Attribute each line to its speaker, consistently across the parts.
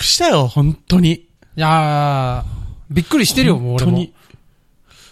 Speaker 1: したよ、本当に。
Speaker 2: いやー、びっくりしてるよ、もう
Speaker 1: 本
Speaker 2: 俺
Speaker 1: 当
Speaker 2: も。
Speaker 1: に。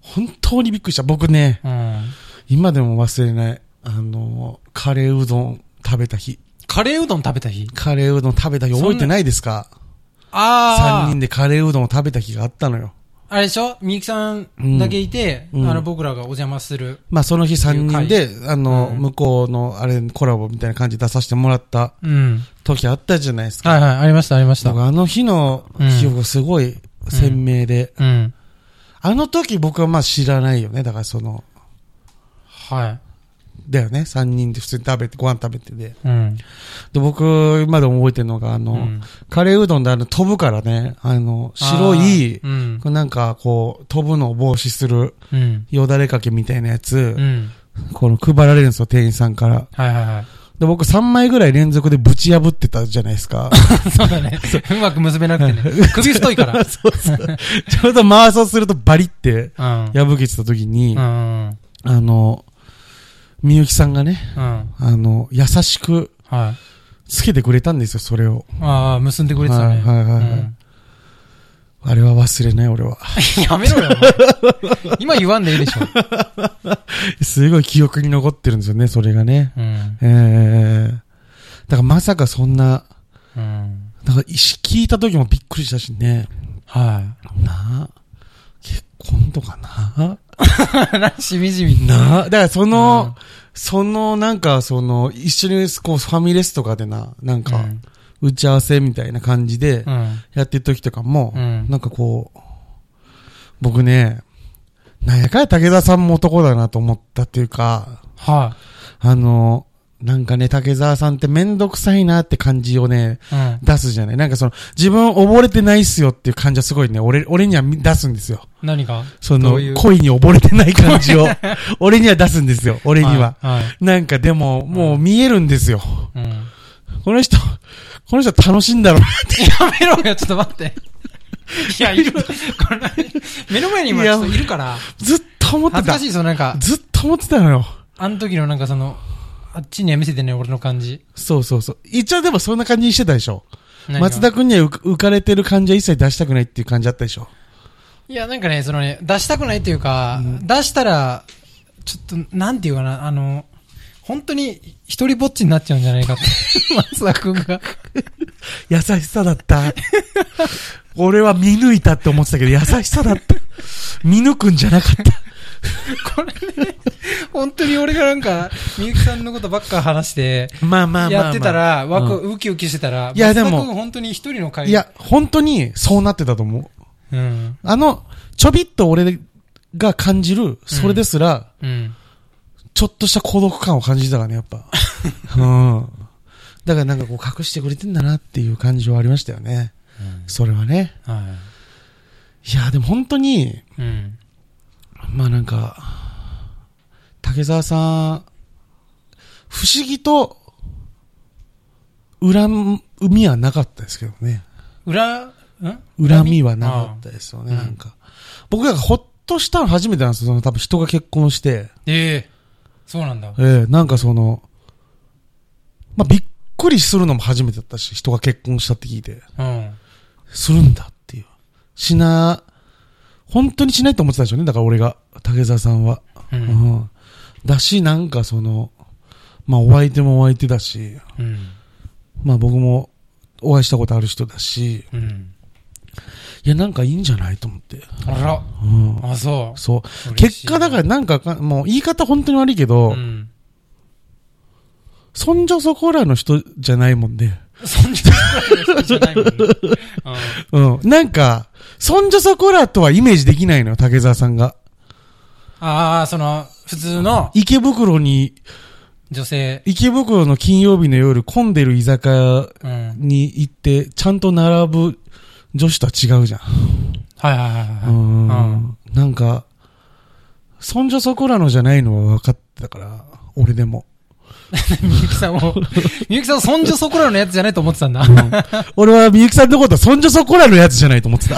Speaker 1: 本当にびっくりした。僕ね、
Speaker 2: うん。
Speaker 1: 今でも忘れない。あの、カレーうどん食べた日。
Speaker 2: カレーうどん食べた日
Speaker 1: カレーうどん食べた日
Speaker 2: そんな
Speaker 1: 覚えてないですか
Speaker 2: あ
Speaker 1: ?3 人
Speaker 2: ー。
Speaker 1: でカレーうどんを食べた日があったのよ。
Speaker 2: あれでしょみゆきさんだけいて、
Speaker 1: うん
Speaker 2: あの、僕らがお邪魔する。
Speaker 1: まあその日3人で、あの、
Speaker 2: うん
Speaker 1: 向こうのあれ、コラボみたいな感じで出させてもらった
Speaker 2: うん。
Speaker 1: 時あったじゃないですか。
Speaker 2: はいはい、ありました、ありました。
Speaker 1: 僕あの日の記憶がすごい鮮明で、
Speaker 2: うん。
Speaker 1: あの時僕はまあ知らないよね。だからその、
Speaker 2: は
Speaker 1: だよね。3人で普通に食べて、ご飯食べてで。
Speaker 2: い。うん。
Speaker 1: で、僕、今でも覚えてるのが、あの、
Speaker 2: うん
Speaker 1: カレーうどんであの、飛ぶからね、あの、白い
Speaker 2: あー、うん。
Speaker 1: こうなんかこう、飛ぶのを防止する
Speaker 2: うん。
Speaker 1: よだれかけみたいなやつ
Speaker 2: う、ん。
Speaker 1: この配られるんですよ、店員さんから。
Speaker 2: はいはいはい。
Speaker 1: で、僕3枚ぐらい連続でぶち破ってたじゃないで すか。
Speaker 2: そうだね。うまく結べなくてね。 首太いから。
Speaker 1: そうそう。 ちょうど回そうするとバリって
Speaker 2: うん。
Speaker 1: 破けてた時に、
Speaker 2: うん。
Speaker 1: あの、みゆきさんがね、
Speaker 2: うん。
Speaker 1: あの、優しく
Speaker 2: はい。
Speaker 1: つけてくれたんですよ、それを。
Speaker 2: ああ、結んでくれてたね。
Speaker 1: はいはいはいはい
Speaker 2: うん
Speaker 1: あれは忘れない、俺は。
Speaker 2: やめろよ、お前今言わんでいいでしょ。
Speaker 1: すごい記憶に残ってるんですよね、それがね。
Speaker 2: うん。
Speaker 1: ええだからまさかそんな、
Speaker 2: うん。
Speaker 1: だから石聞いた時もびっくりしたしね。
Speaker 2: は
Speaker 1: なあ。結婚とかな。
Speaker 2: い。しみじみ。
Speaker 1: なあ。だからそ
Speaker 2: うん
Speaker 1: の、そのなんかその、一緒にこうファミレスとかでな、なん
Speaker 2: う
Speaker 1: か、
Speaker 2: ん。
Speaker 1: 打ち合わせみたいな感じで
Speaker 2: う、ん。
Speaker 1: やってる時とかも、
Speaker 2: うん
Speaker 1: なんかこう、僕ね、なんやかんや武田さんも男だなと思ったっていうか、
Speaker 2: は
Speaker 1: あの、なんかね、竹沢さんってめんどくさいなって感じをね、
Speaker 2: い。うん。
Speaker 1: 出すじゃないなんかその、自分溺れてないっすよっていう感じはすごいね、俺、俺には出すんですよ。
Speaker 2: 何が
Speaker 1: そ
Speaker 2: ど
Speaker 1: の
Speaker 2: ういう、
Speaker 1: 恋に溺れてない感じ を、俺には出すんですよ、俺には。
Speaker 2: はい。はい
Speaker 1: なんかでも、もう見えるんですよ。
Speaker 2: うん。や
Speaker 1: この人、この人楽しいんだろう なって。
Speaker 2: めろよ、ちょっと待って。いや、いる。これ、目の前に今ちょっといるから、
Speaker 1: ずっと思って
Speaker 2: 恥ず
Speaker 1: た
Speaker 2: かし。いぞ、なんか、
Speaker 1: ずっと思ってたのよ。
Speaker 2: あの時のなんかその、あっちには見せてね、俺の感じ。
Speaker 1: そうそうそう。一応でもそんな感じにしてたでしょ。
Speaker 2: 何が
Speaker 1: 松田くんには浮浮かれてる感じは一切出したくないっていう感じだったでしょ。
Speaker 2: いや、なんかね、そのね、出したくないというか、出したら、ちょっと、なんていうかな、あの、本当に、一人ぼっちになっちゃうんじゃないかって。 松田くんが。
Speaker 1: 優しさ だった。俺は見抜いたって思ってたけど、優しさだった。見抜くんじゃなかった。
Speaker 2: これね、本当に俺がなんか、みゆきさんのことばっか話して、
Speaker 1: まあまあまあ、まあ。
Speaker 2: やってたら、わく、
Speaker 1: う
Speaker 2: ウキウキしてたら、
Speaker 1: いやでも
Speaker 2: 松田くん本当に一人の
Speaker 1: ん
Speaker 2: 会
Speaker 1: い、や、本当にそうなってたと思う。
Speaker 2: うん。
Speaker 1: あの、ちょびっと俺が感じる、それですら、
Speaker 2: うん。
Speaker 1: ちょっとした孤独感を感じたからね、やっ ぱ。うん。だからなんかこう隠してくれてんだなっていう感じはありましたよね。それはね。
Speaker 2: はい
Speaker 1: や、でも本当に、
Speaker 2: い。うん。
Speaker 1: まあなんか、竹澤さん、不思議と、恨みはなかったですけどね。
Speaker 2: 裏、ん
Speaker 1: 恨みはなかったですよね、
Speaker 2: うん
Speaker 1: なんか。僕がほっとしたの初めてなんですよ。その多分人が結婚して、
Speaker 2: ええそうなんだ。
Speaker 1: ええなんかその、まあびっくりするのも初めてだったし、人が結婚したって聞いて、
Speaker 2: うん。
Speaker 1: するんだっていう。しな、本当にしないと思ってたんでしょうね、だから俺が、竹澤さんは。
Speaker 2: う。
Speaker 1: うんん。だし、なんかその、まあお相手もお相手だし、
Speaker 2: うん。
Speaker 1: まあ僕もお会いしたことある人だし、
Speaker 2: うん。
Speaker 1: いやなんかいいんじゃないと思って。
Speaker 2: あら、
Speaker 1: うん。
Speaker 2: あ、そう。
Speaker 1: そう。
Speaker 2: 嬉しい
Speaker 1: 結果だからなんかか、もう言い方本当に悪いけど、
Speaker 2: うん。
Speaker 1: そんじょそこらの人じゃないもんで、
Speaker 2: そんじょそこらの人じゃない もんね。
Speaker 1: うん。なんか、そんじょそこらとはイメージできないのよ、竹澤さんが。
Speaker 2: ああ、その、普通の
Speaker 1: 池袋に、
Speaker 2: 女性。
Speaker 1: 池袋の金曜日の夜混んでる居酒屋
Speaker 2: うん。
Speaker 1: に行って、ちゃんと並ぶ女子とは違うじゃん。
Speaker 2: はいはいはいはい。
Speaker 1: うん
Speaker 2: うん。
Speaker 1: なんか、そんじょそこらのじゃないのは分かってたから、俺 でも。
Speaker 2: みゆきさん を、みゆきさんをそんじょそこらのやつじゃ ないと思ってたんだ。
Speaker 1: 俺はみゆきさんのことはそんじょそこらのやつじゃないと思ってた。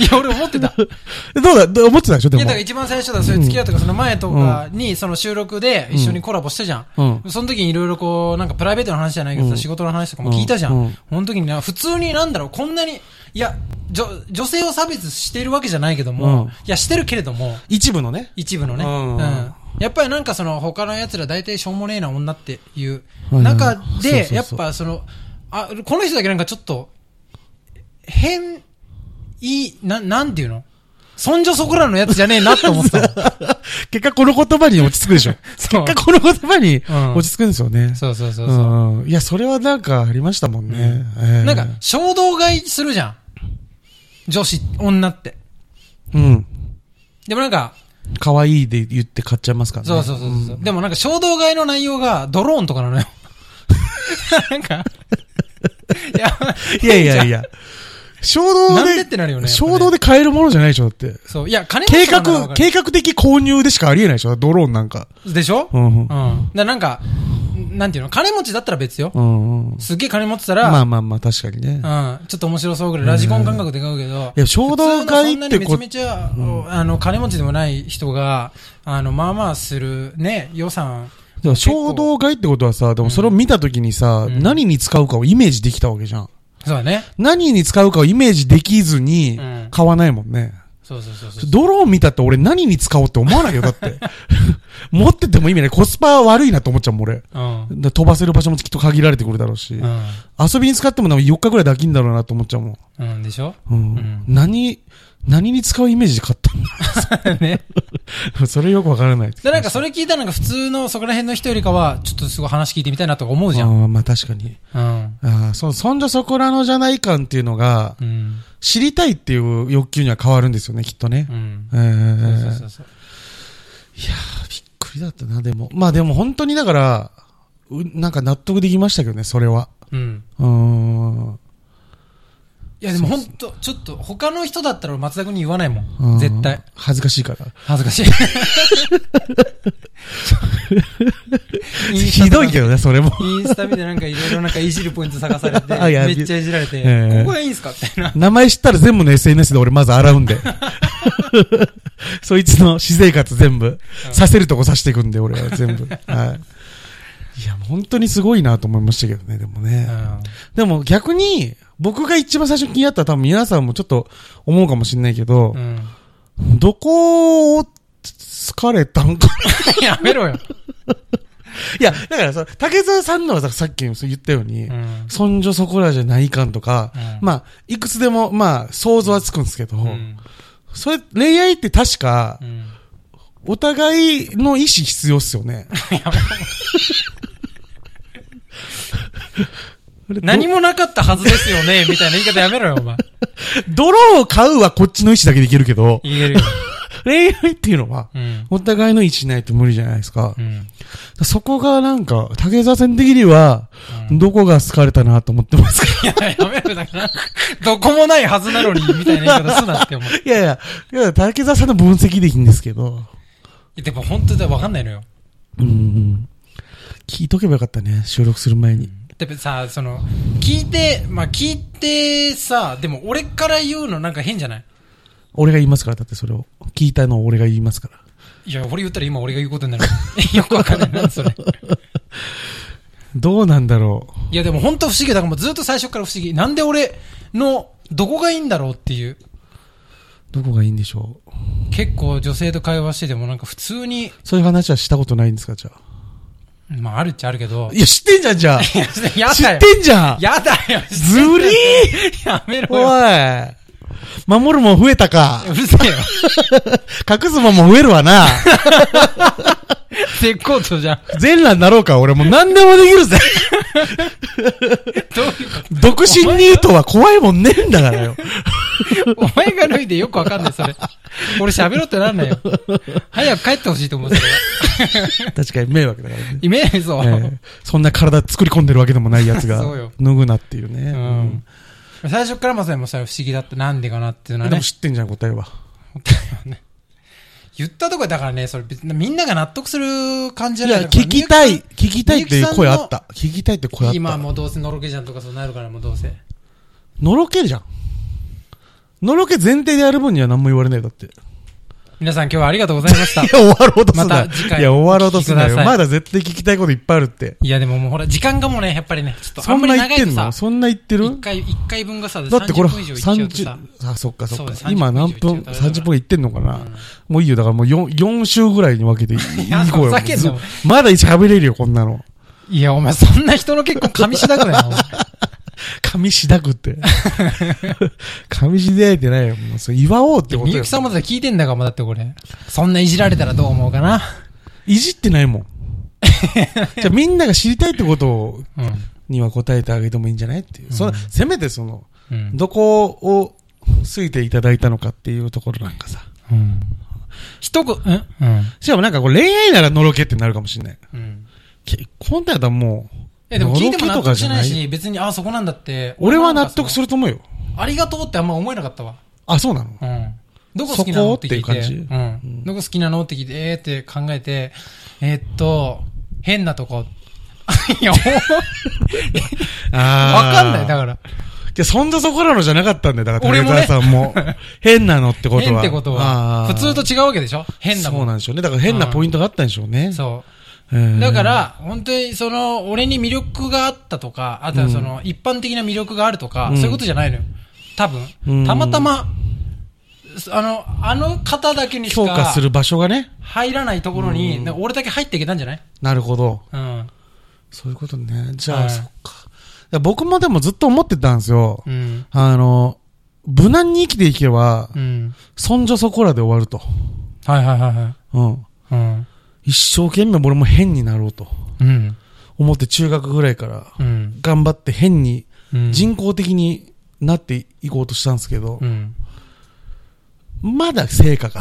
Speaker 2: いや、俺思って た。
Speaker 1: えどうだどう思ってたでしょで
Speaker 2: いや、だ
Speaker 1: も
Speaker 2: から。一番最初だ、そういう付き合いとか、その前とかに、その収録で一緒にコラボしたじゃん。
Speaker 1: う
Speaker 2: その時にいろいろこう、なんかプライベートの話じゃないけど
Speaker 1: う
Speaker 2: さ、
Speaker 1: ん
Speaker 2: 仕事の話とかも聞いたじゃ
Speaker 1: うんうんん。
Speaker 2: その時にな、普通になんだろう、こんなに、いや、じょ女性を差別しているわけじゃないけど
Speaker 1: うん
Speaker 2: も、いや、してるけれども、
Speaker 1: 一部のね。
Speaker 2: 一部のね。
Speaker 1: うん
Speaker 2: うん。やっぱりなんかその他の奴ら大体しょうもねえな女っていう
Speaker 1: うん
Speaker 2: 中
Speaker 1: そ
Speaker 2: で、
Speaker 1: うそ
Speaker 2: や
Speaker 1: う
Speaker 2: っ
Speaker 1: そう
Speaker 2: ぱその、あ、この人だけなんかちょっと、変、いい、な、なんていうのそんじょそこらのやつじゃねえなって思って たの。
Speaker 1: 結果この言葉に落ち着くでしょ。
Speaker 2: そう
Speaker 1: 結果この言葉に
Speaker 2: うん
Speaker 1: 落ち着くんですよね。
Speaker 2: そうそうそう
Speaker 1: う
Speaker 2: そう。
Speaker 1: んいや、それはなんかありましたもんね。ええ
Speaker 2: なんか、衝動買いするじゃん。女子、女って。
Speaker 1: うん。
Speaker 2: でもなんか、
Speaker 1: 可愛いで言って買っちゃいますからね。
Speaker 2: そうそうそうそう、でもなんか衝動買いの内容がドローンとか なのよ。なんか、いや、
Speaker 1: いやいやいや。衝動で。
Speaker 2: なんでってなるよねやっぱね
Speaker 1: 衝動で買えるものじゃないでしょ、だって。
Speaker 2: そう、いや、金持
Speaker 1: 計
Speaker 2: ちなのはわ
Speaker 1: 画、
Speaker 2: か
Speaker 1: 計
Speaker 2: る
Speaker 1: 画的購入でしかありえないでしょ、ドローンなんか。
Speaker 2: でしょ
Speaker 1: う
Speaker 2: うんん。
Speaker 1: うん
Speaker 2: だからなんか、なんていうの金持ちだったら別よ。
Speaker 1: うんうん。
Speaker 2: すっげえ金持ってた
Speaker 1: まあ
Speaker 2: ら、
Speaker 1: まあまあ、確かにね。
Speaker 2: うん、ちょっと面白そうぐらい、ラジコン感覚で買うけど、
Speaker 1: いや衝動買いって
Speaker 2: 普通のそんな
Speaker 1: こ
Speaker 2: にめちゃめちゃ、あの、金持ちでもない人が、あの、まあまあする、ね、予算、
Speaker 1: でも衝動買いってことはさ、でもそれを見たときにさ、
Speaker 2: うん
Speaker 1: 何に使うかをイメージできたわけじゃん。
Speaker 2: そうだね。
Speaker 1: 何に使うかをイメージできずに
Speaker 2: うん、
Speaker 1: 買わないもんね。
Speaker 2: そうそうそうそう。
Speaker 1: ドローン見たって俺何に使おうって思わないよ、だって。 持ってっても意味ない。コスパ悪いなと思っちゃうもん、俺。だか
Speaker 2: うん。
Speaker 1: ら飛ばせる場所もきっと限られてくるだろうし。
Speaker 2: うん。
Speaker 1: 遊びに使ってもなんか4日くらいで飽きんだろうなと思っちゃうもん。
Speaker 2: うん、でしょ
Speaker 1: うん。
Speaker 2: うん
Speaker 1: 何、何に使うイメージで買ったん
Speaker 2: ね。
Speaker 1: だ それよくわからない。
Speaker 2: で、なんかそれ聞いたらなんか普通のそこら辺の人よりかは、ちょっとすごい話聞いてみたいなとか思うじゃん。
Speaker 1: あーまあ確かに。
Speaker 2: うん。
Speaker 1: ああ、その、そんじょそこらのじゃない感っていうのが、
Speaker 2: うん。
Speaker 1: 知りたいっていう欲求には変わるんですよね、きっとね
Speaker 2: う。ん。
Speaker 1: えー
Speaker 2: そうそうそうそう。
Speaker 1: びっくりだったな、でも。まあでも本当にだから、うなんか納得できましたけどね、それは。
Speaker 2: うん。
Speaker 1: うーん。
Speaker 2: いやでも本当ちょっと、他の人だったら俺松田君に言わないも
Speaker 1: うん
Speaker 2: ん。絶対。。
Speaker 1: 恥ずかしいから。
Speaker 2: 恥ずかしい。
Speaker 1: ひどいけ
Speaker 2: ど。
Speaker 1: どね、それも。
Speaker 2: インスタ見てなんかいろいろなんかいじるポイント探されて、
Speaker 1: あいや
Speaker 2: めっちゃいじられて、
Speaker 1: ええ
Speaker 2: ここがいいんすかみたいな。
Speaker 1: 名前知ったら全部の SNS で俺まず洗うんで。 そいつの私生活全部、させるとこさしていくんで、俺は全部。 はい。いや、本当にすごいなと思いましたけどね、でもね。でも逆に、僕が一番最初に気になった多分皆さんもちょっと思うかもしれないけど
Speaker 2: う、ん。うん。
Speaker 1: どこを疲れたんか。
Speaker 2: やめろよ。
Speaker 1: いや、だからさ、竹澤さんのはさ、さっきもそう言ったように、
Speaker 2: うん。
Speaker 1: そんじょそこらじゃない感とか、
Speaker 2: うん
Speaker 1: まあ、いくつでも、まあ、想像はつくんですけど、
Speaker 2: うん。
Speaker 1: それ、恋愛って確か
Speaker 2: う、ん。
Speaker 1: お互いの意思必要っすよね。
Speaker 2: 何もなかったはずですよね、みたいな言い方やめろよ、お前。
Speaker 1: ドローを買うはこっちの意思だけでいけるけど、
Speaker 2: 言えるよ。
Speaker 1: 恋愛っていうのは、
Speaker 2: うん。
Speaker 1: お互いの意思ないと無理じゃないですか。
Speaker 2: うん。
Speaker 1: そこがなんか、竹澤さん的には、
Speaker 2: うん
Speaker 1: どこが好かれたなと思ってますか
Speaker 2: いや、やめろよ、だから。どこもないはずなのに、みたいな言い方すなって、お前。
Speaker 1: いやいや、いや、竹澤さんの分析でいいんですけど、
Speaker 2: でも本当だ、わかんないのよ。
Speaker 1: うん。聞いとけばよかったね、収録する前に。
Speaker 2: でもさ、その、聞いて、まあ、聞いてさ、でも俺から言うのなんか変じゃない
Speaker 1: 俺が言いますから、だってそれを。聞いたのを俺が言いますから。
Speaker 2: いや、俺言ったら今俺が言うことになる。よくわかんない。なんそれ。
Speaker 1: どうなんだろ
Speaker 2: いや、でも本当不思議。だからもうずっと最初から不思議。なんで俺の、どこがいいんだろうっていう。
Speaker 1: う。どこがいいんでしょう。
Speaker 2: 結構女性と会話しててもなんか普通に、
Speaker 1: そういう話はしたことないんですか、じゃあ。
Speaker 2: まああるっちゃあるけど。
Speaker 1: いや、知ってんじゃん、じゃあ。
Speaker 2: いやや
Speaker 1: 知
Speaker 2: だ
Speaker 1: っ
Speaker 2: よ。
Speaker 1: てんじゃん。
Speaker 2: やだよ。
Speaker 1: ずりー
Speaker 2: やめろよ。
Speaker 1: おい。守るもん増えたか
Speaker 2: う。るせえよ。
Speaker 1: 隠すもんも増えるわな。
Speaker 2: 絶好調じゃん。
Speaker 1: 全裸になろうか、俺もう何でもできるぜ。
Speaker 2: どういうこ
Speaker 1: 独身ニートは怖いもんねえんだからよ。
Speaker 2: とお前が脱いでよくわかんない、 それ。俺喋ろうってなんないよ。早く帰ってほしいと思う、それは。
Speaker 1: 確かに迷惑だからね。
Speaker 2: イメージそう。
Speaker 1: ええそんな体作り込んでるわけでもないやつ が
Speaker 2: そうよ、
Speaker 1: 脱ぐなっていう
Speaker 2: う
Speaker 1: ね
Speaker 2: ん。最初からまさにもそれは不思議だった。なんでかなっていう
Speaker 1: う
Speaker 2: の
Speaker 1: ん。
Speaker 2: は
Speaker 1: でも
Speaker 2: ね。
Speaker 1: 知ってんじゃん、答えは。
Speaker 2: 言ったとこだからね、それ別にみんなが納得する感じじ
Speaker 1: い
Speaker 2: ゃない
Speaker 1: や、聞きたい、聞きたいっていう声あった。聞きたいって声あっ
Speaker 2: 今
Speaker 1: た。
Speaker 2: もうどうせのろけじゃんとかそうなるからもうどうせ。
Speaker 1: のろけるじゃん。のろけ前提でやる分には何も言われないよだって。い
Speaker 2: 皆さん今日はありがとうございました
Speaker 1: や、。終わろうとすんな
Speaker 2: また次回
Speaker 1: いや、終わろうとすんな
Speaker 2: お聞きく
Speaker 1: よ。
Speaker 2: ださい
Speaker 1: まだ絶対聞きたいこといっぱいあるって。
Speaker 2: いやでももうほら、時間がもうね、やっぱりね、ちょっとあ
Speaker 1: そ
Speaker 2: ん
Speaker 1: ん
Speaker 2: ま
Speaker 1: な
Speaker 2: り
Speaker 1: 言っ
Speaker 2: 長い
Speaker 1: て
Speaker 2: と
Speaker 1: ん
Speaker 2: さ
Speaker 1: の、そんな言ってる
Speaker 2: 一回、一回分がさ、
Speaker 1: だってこれ
Speaker 2: 30分以上いっちゃうとさ、
Speaker 1: 30、あ、そっかそっか。
Speaker 2: そう
Speaker 1: 今何
Speaker 2: 30分
Speaker 1: 分
Speaker 2: 以上
Speaker 1: ?30 分いってんのかな、
Speaker 2: うん
Speaker 1: もういいよ。だからもう 4, 4週ぐらいに分けていい い
Speaker 2: や
Speaker 1: い子よ。
Speaker 2: ふざけんな
Speaker 1: ずまだ喋れるよ、こん なの。
Speaker 2: いや、お前そんな人の結婚噛みしだく だよ。お前
Speaker 1: 髪しだくって。 髪しだいてないよ。もうそれ祝おうってこと
Speaker 2: み
Speaker 1: よ
Speaker 2: ゆき。さんもだって聞いてんだから、もうだってこれ。そんないじられたらどう思うかな。
Speaker 1: いじってな いもん。じゃあみんなが知りたいってことを
Speaker 2: う
Speaker 1: には答えてあげてもいいんじゃないっていう。その、せめてその、
Speaker 2: ん。うん。
Speaker 1: どこをついていただいたのかっていうところなんかさ。
Speaker 2: うん。一言、うん
Speaker 1: しかもなんかこう恋愛ならのろけってなるかもしれない。
Speaker 2: うん。
Speaker 1: 結婚ってやったらもう、
Speaker 2: え、でも聞いても
Speaker 1: の
Speaker 2: 納
Speaker 1: ろけとか
Speaker 2: 得
Speaker 1: じ
Speaker 2: し
Speaker 1: ゃ
Speaker 2: な
Speaker 1: ないい
Speaker 2: し、別に、あ、そこなんだって。
Speaker 1: 俺は納得す
Speaker 2: る。
Speaker 1: ると思うよ。
Speaker 2: ありがとうってあんま思えなかったわ。
Speaker 1: あ、そうなの
Speaker 2: うん。どこ好きなのって聞い。
Speaker 1: そこってていう
Speaker 2: う
Speaker 1: 感じ
Speaker 2: ん。どこ好きなのって聞いて、えーって考えて、えーっと、変なとこ。 いや、もう
Speaker 1: あ
Speaker 2: わかんない。だ
Speaker 1: ら。
Speaker 2: から。
Speaker 1: いや、そんなそこらのじゃなかったんだよ。だから、
Speaker 2: 俺もね
Speaker 1: 竹澤さ んも。変なのってことは。
Speaker 2: 変ってことは。
Speaker 1: あ
Speaker 2: 普
Speaker 1: ー
Speaker 2: 通と違うわけでしょ変な
Speaker 1: そ
Speaker 2: も。
Speaker 1: うんなんでしょうね。だから変なポイントがあったんでしょうね。
Speaker 2: そう。
Speaker 1: うん
Speaker 2: だか、ら、本当にその、俺に魅力があったとか、あとはその、一般的な魅力があるとか、
Speaker 1: うん
Speaker 2: そういうことじゃないのよ。多分、
Speaker 1: うん
Speaker 2: たまたま、すあの、あの方だけにし
Speaker 1: 評価
Speaker 2: か
Speaker 1: する場所がね。
Speaker 2: 入らないところに、なんか俺だけ入っていけたんじゃない
Speaker 1: なるほど。
Speaker 2: うん。
Speaker 1: そういうことね。じゃあ、
Speaker 2: はい
Speaker 1: そっか。いや僕もでもずっと思ってたんですよ。
Speaker 2: うん。
Speaker 1: あの、無難に生きていけば、
Speaker 2: うん。
Speaker 1: そんじょそこらで終わると。
Speaker 2: はいはいはいは
Speaker 1: うん。
Speaker 2: い。うん。
Speaker 1: 一生懸命俺も変になろうと
Speaker 2: うん。
Speaker 1: 思って中学ぐらいから
Speaker 2: うん。
Speaker 1: 頑張って変に
Speaker 2: うん。
Speaker 1: 人工的になっていこうとしたんですけど
Speaker 2: う、ん。
Speaker 1: まだ成果が。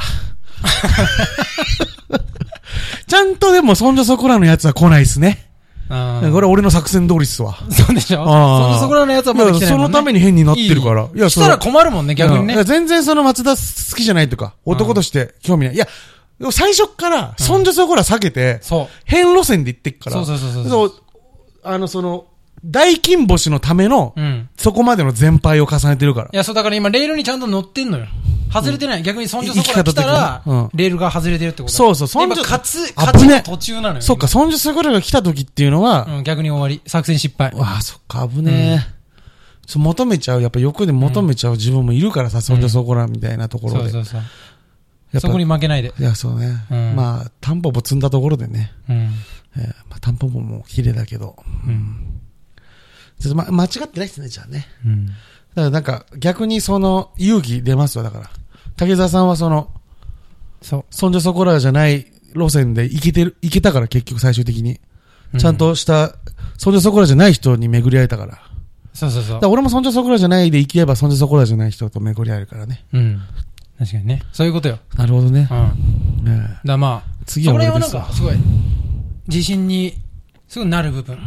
Speaker 1: ちゃんとでもそんじょそこらのやつは来ないっすね。
Speaker 2: あー
Speaker 1: これは俺の作戦通りっすわ。
Speaker 2: そうでしょ
Speaker 1: あー
Speaker 2: そんそこらのやつはまだ来
Speaker 1: い
Speaker 2: て
Speaker 1: や
Speaker 2: ない
Speaker 1: そ
Speaker 2: も
Speaker 1: の
Speaker 2: んね。
Speaker 1: ために変になってるから。
Speaker 2: いや、し
Speaker 1: そ
Speaker 2: た
Speaker 1: の
Speaker 2: ら困るもんね、逆に
Speaker 1: うんい
Speaker 2: ね
Speaker 1: や。全然その松田好きじゃないとか、男として興味ない。いや、最初っから、そんじょそこら避けて、
Speaker 2: そう。
Speaker 1: 変路線で行ってっから。
Speaker 2: そうそうそうそう
Speaker 1: そうあの、その、大金星のための、
Speaker 2: うん。
Speaker 1: そこまでの全敗を重ねてるから
Speaker 2: い。や、そうだから今、レールにちゃんと乗ってんのよ。外れてない。逆に、そんじょそこら
Speaker 1: 生
Speaker 2: 来
Speaker 1: き方
Speaker 2: た
Speaker 1: 的に
Speaker 2: ら、
Speaker 1: うん
Speaker 2: レールが外れてるってこと
Speaker 1: そうそうそん
Speaker 2: 今、
Speaker 1: じょ
Speaker 2: 勝つ、
Speaker 1: あ
Speaker 2: 勝ち
Speaker 1: 危ね
Speaker 2: の途中なのよ。
Speaker 1: そっか、そんじょそこらが来た時っていうのは、
Speaker 2: うん、逆に終わり。作戦失敗。
Speaker 1: わあ、そっか、危ねえ。そう求めちゃう、やっぱ欲で求めちゃう自分もいるからさ、そんじょそこらみたいなところで。
Speaker 2: そう
Speaker 1: や
Speaker 2: そ
Speaker 1: っ
Speaker 2: うそう。
Speaker 1: ぱ
Speaker 2: そこに負けないで。
Speaker 1: いや、そうね。
Speaker 2: うん
Speaker 1: まあ、タンポポ積んだところでね。
Speaker 2: うん。
Speaker 1: えーまあ、タンポポも綺麗だけど。
Speaker 2: うん。
Speaker 1: ちょっと、ま、間違ってないですね、じゃあね。
Speaker 2: うん。
Speaker 1: だからなんか、逆にその、勇気出ますわ、だから。竹澤さんはその、
Speaker 2: そう。
Speaker 1: そんじょそこらじゃない路線で行けてる、行けたから結局最終的に。ちゃんとした、そんじょそこらじゃない人に巡り会えたから。だか
Speaker 2: そうそうそう
Speaker 1: ら。俺もそんじょそこらじゃないで行けばそんじょそこらじゃない人と巡り会えるからね。
Speaker 2: うん。確かにね。そういうことよ。
Speaker 1: なるほどね
Speaker 2: う。ん。
Speaker 1: ねえ
Speaker 2: だまあ、
Speaker 1: 次は
Speaker 2: それ
Speaker 1: 俺
Speaker 2: は
Speaker 1: で
Speaker 2: なん
Speaker 1: す
Speaker 2: か
Speaker 1: わ、。
Speaker 2: すごい、自信に、すごいなる部分。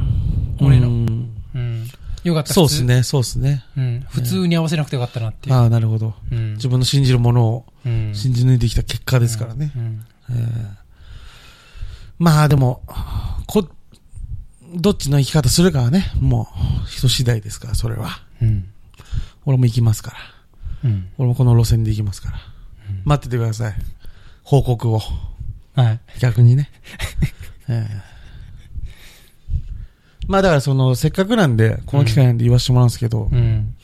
Speaker 2: 俺
Speaker 1: う
Speaker 2: の。
Speaker 1: ん
Speaker 2: うん。よかった。
Speaker 1: そうっす。ね、そうっすね。
Speaker 2: うん。普通に合わせなくてよかったなっていう。
Speaker 1: ああ、なるほど。
Speaker 2: うん。
Speaker 1: 自分の信じるものを
Speaker 2: うん。
Speaker 1: 信じ抜いてきた結果ですからね。
Speaker 2: うん。
Speaker 1: ええまあでも、こ、どっちの生き方するかはね、もう人次第ですから、それは。
Speaker 2: うん。
Speaker 1: 俺も行きますから。
Speaker 2: うん。
Speaker 1: 俺もこの路線で行きますから。待っててください。報告を。
Speaker 2: はい。
Speaker 1: 逆に ね。ええまあだからその、せっかくなんで、この機会なんで言わせてもらうんですけど、
Speaker 2: うん。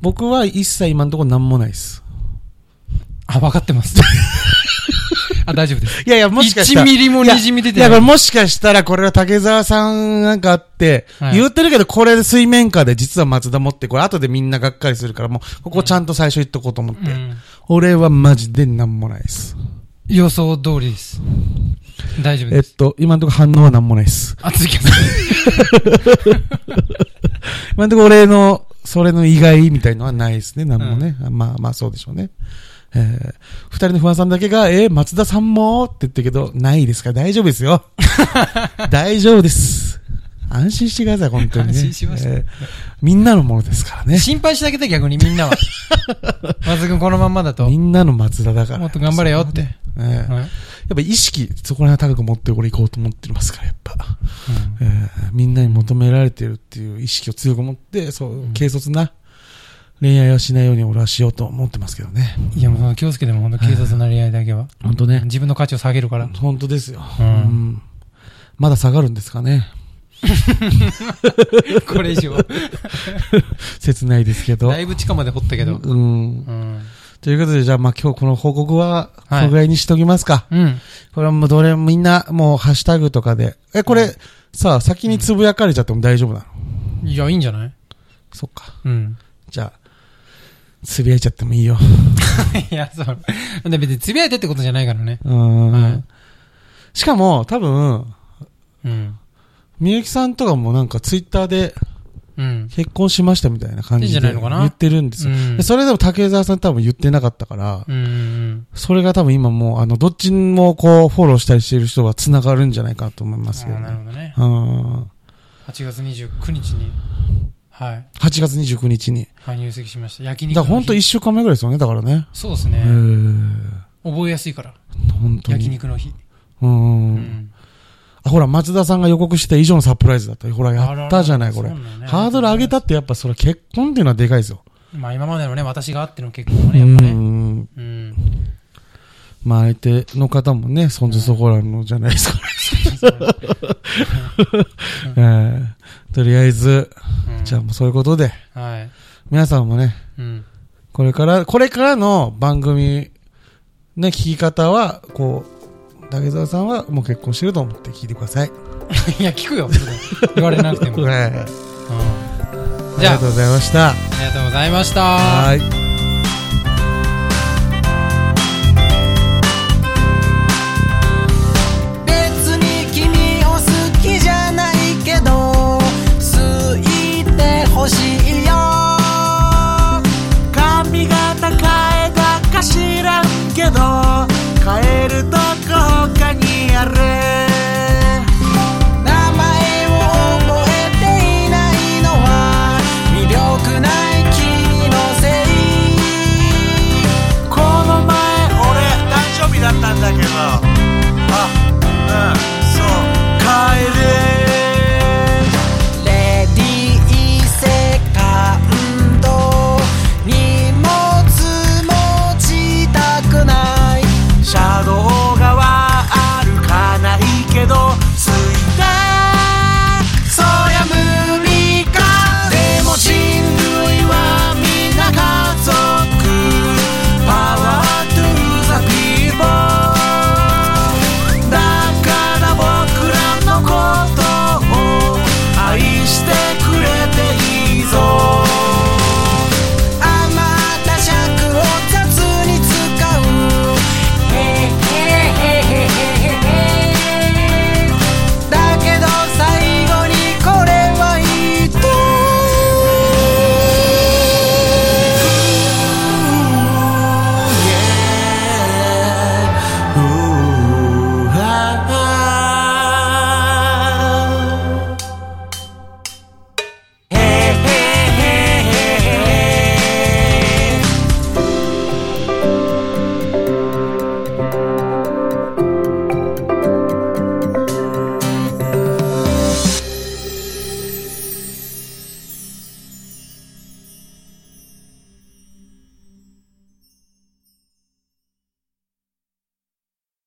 Speaker 1: 僕は一切今のところ何もないです。
Speaker 2: あ、分かって ます。あ、大丈夫です。
Speaker 1: いやいや、もしかしたら。
Speaker 2: 1ミリも
Speaker 1: いや
Speaker 2: 滲み出て
Speaker 1: いや、こ
Speaker 2: な
Speaker 1: れ
Speaker 2: い。
Speaker 1: もしかしたら、これは竹澤さんなんかあって、
Speaker 2: はい
Speaker 1: 言ってるけど、これで水面下で実は松田持って、これ後でみんながっかりするから、もう、ここちゃんと最初言っとこうと思って。
Speaker 2: うん
Speaker 1: 俺はマジで何もないです。
Speaker 2: 予想通りです。大丈夫
Speaker 1: え
Speaker 2: で
Speaker 1: っ
Speaker 2: す。
Speaker 1: と、今のところ反応は何もないです。
Speaker 2: あ、続きます。
Speaker 1: 今のところ俺の、それの意外みたいのはないですね、何もね。まあまあ、そうでしょうね。えー、二人の不安さんだけが、えー、松田さんもって言ってるけど、ないですから大丈夫で すよ。大丈夫です。安心してください、本当にね。
Speaker 2: 安心しました
Speaker 1: えーみんなのものですからね。
Speaker 2: 心配しなきゃ逆にみん なは。まずくんこのまんまだと。
Speaker 1: み
Speaker 2: も
Speaker 1: んなの松田だから。
Speaker 2: っと頑張れよって。
Speaker 1: えーやっ
Speaker 2: はい
Speaker 1: ぱ意識、そこら辺は高く持って俺行こうと思ってますから、やっぱ。えーみんなに求められてるっていう意識を強く持って、そう、軽率な、恋愛はしないように俺はしようと思ってますけどね。
Speaker 2: いや、もうその気をつけても、本当警察の恋愛だけは。
Speaker 1: 本当ね。
Speaker 2: 自分の価値を下げるから。
Speaker 1: 本当ですよ。
Speaker 2: うん
Speaker 1: うんまだ下がるんですかね。
Speaker 2: これ以上。
Speaker 1: 切ないですけど
Speaker 2: だ。いぶ地下まで掘ったけど。
Speaker 1: う
Speaker 2: う
Speaker 1: ん。
Speaker 2: ん。
Speaker 1: ということで、じゃあ、まあ今日この報告は、こ
Speaker 2: はい
Speaker 1: のぐらいにしときますか。
Speaker 2: うん。
Speaker 1: これはもうどれもみんな、もうハッシュタグとかで。え、これ、さあ、先につぶやかれちゃっても大丈夫なの
Speaker 2: いや、いいんじゃない
Speaker 1: そっか。
Speaker 2: うん。
Speaker 1: じゃあ、つぶやいちゃってもいいよ。
Speaker 2: いや、そう。で別につぶやいてってことじゃないからね。
Speaker 1: うん。
Speaker 2: はい
Speaker 1: しかも、多分、
Speaker 2: うん。
Speaker 1: みゆきさんとかもなんかツイッターで
Speaker 2: うん。
Speaker 1: 結婚しましたみたいな感
Speaker 2: いい
Speaker 1: じで
Speaker 2: んじゃないのかな
Speaker 1: 言ってるんです
Speaker 2: う
Speaker 1: よ。
Speaker 2: ん
Speaker 1: でそれでも竹澤さん多分言ってなかったから、
Speaker 2: うんうん。
Speaker 1: それが多分今もう、あの、どっちもこう、フォローしたりしてる人が繋がるんじゃないかと思いますけ
Speaker 2: あ
Speaker 1: ど
Speaker 2: ーなる
Speaker 1: ね。
Speaker 2: ほどね。
Speaker 1: うん。
Speaker 2: 8月29日に、はい。
Speaker 1: 8月29日に。
Speaker 2: はい、入籍しました。焼肉
Speaker 1: だ
Speaker 2: の日。
Speaker 1: から本当1週間目ぐらいですよね、だからね。
Speaker 2: そうです
Speaker 1: へ
Speaker 2: ね。
Speaker 1: ー
Speaker 2: 覚えやすいから。
Speaker 1: 本当
Speaker 2: 焼
Speaker 1: に。
Speaker 2: 肉の日。
Speaker 1: うん
Speaker 2: う
Speaker 1: うん。
Speaker 2: ん。
Speaker 1: あ、ほら、松田さんが予告してた以上のサプライズだった。ほら、やったじゃない、これ。ハードル上げ
Speaker 2: た。
Speaker 1: たってやっぱそれ結婚っていうのはでかいですよ。
Speaker 2: まあ今までのね、私があっての結婚は
Speaker 1: う
Speaker 2: ね、やっぱね。
Speaker 1: ん。
Speaker 2: うん。
Speaker 1: まあ相手の方もね、そんじそこらのじゃないですか。ええとりあえず、
Speaker 2: うん
Speaker 1: じゃあもうそういうことで、
Speaker 2: はい。
Speaker 1: 皆さんもね、
Speaker 2: うん。
Speaker 1: これから、これからの番組、ね、聞き方は、こう、竹澤さんはもう結婚してると思って聞いてください。
Speaker 2: いや、聞くよ、それ言われ なくても。うん
Speaker 1: はい。
Speaker 2: じ
Speaker 1: あり
Speaker 2: ゃ
Speaker 1: が
Speaker 2: あ
Speaker 1: と、うございました。
Speaker 2: ありがとうございました。
Speaker 1: はい。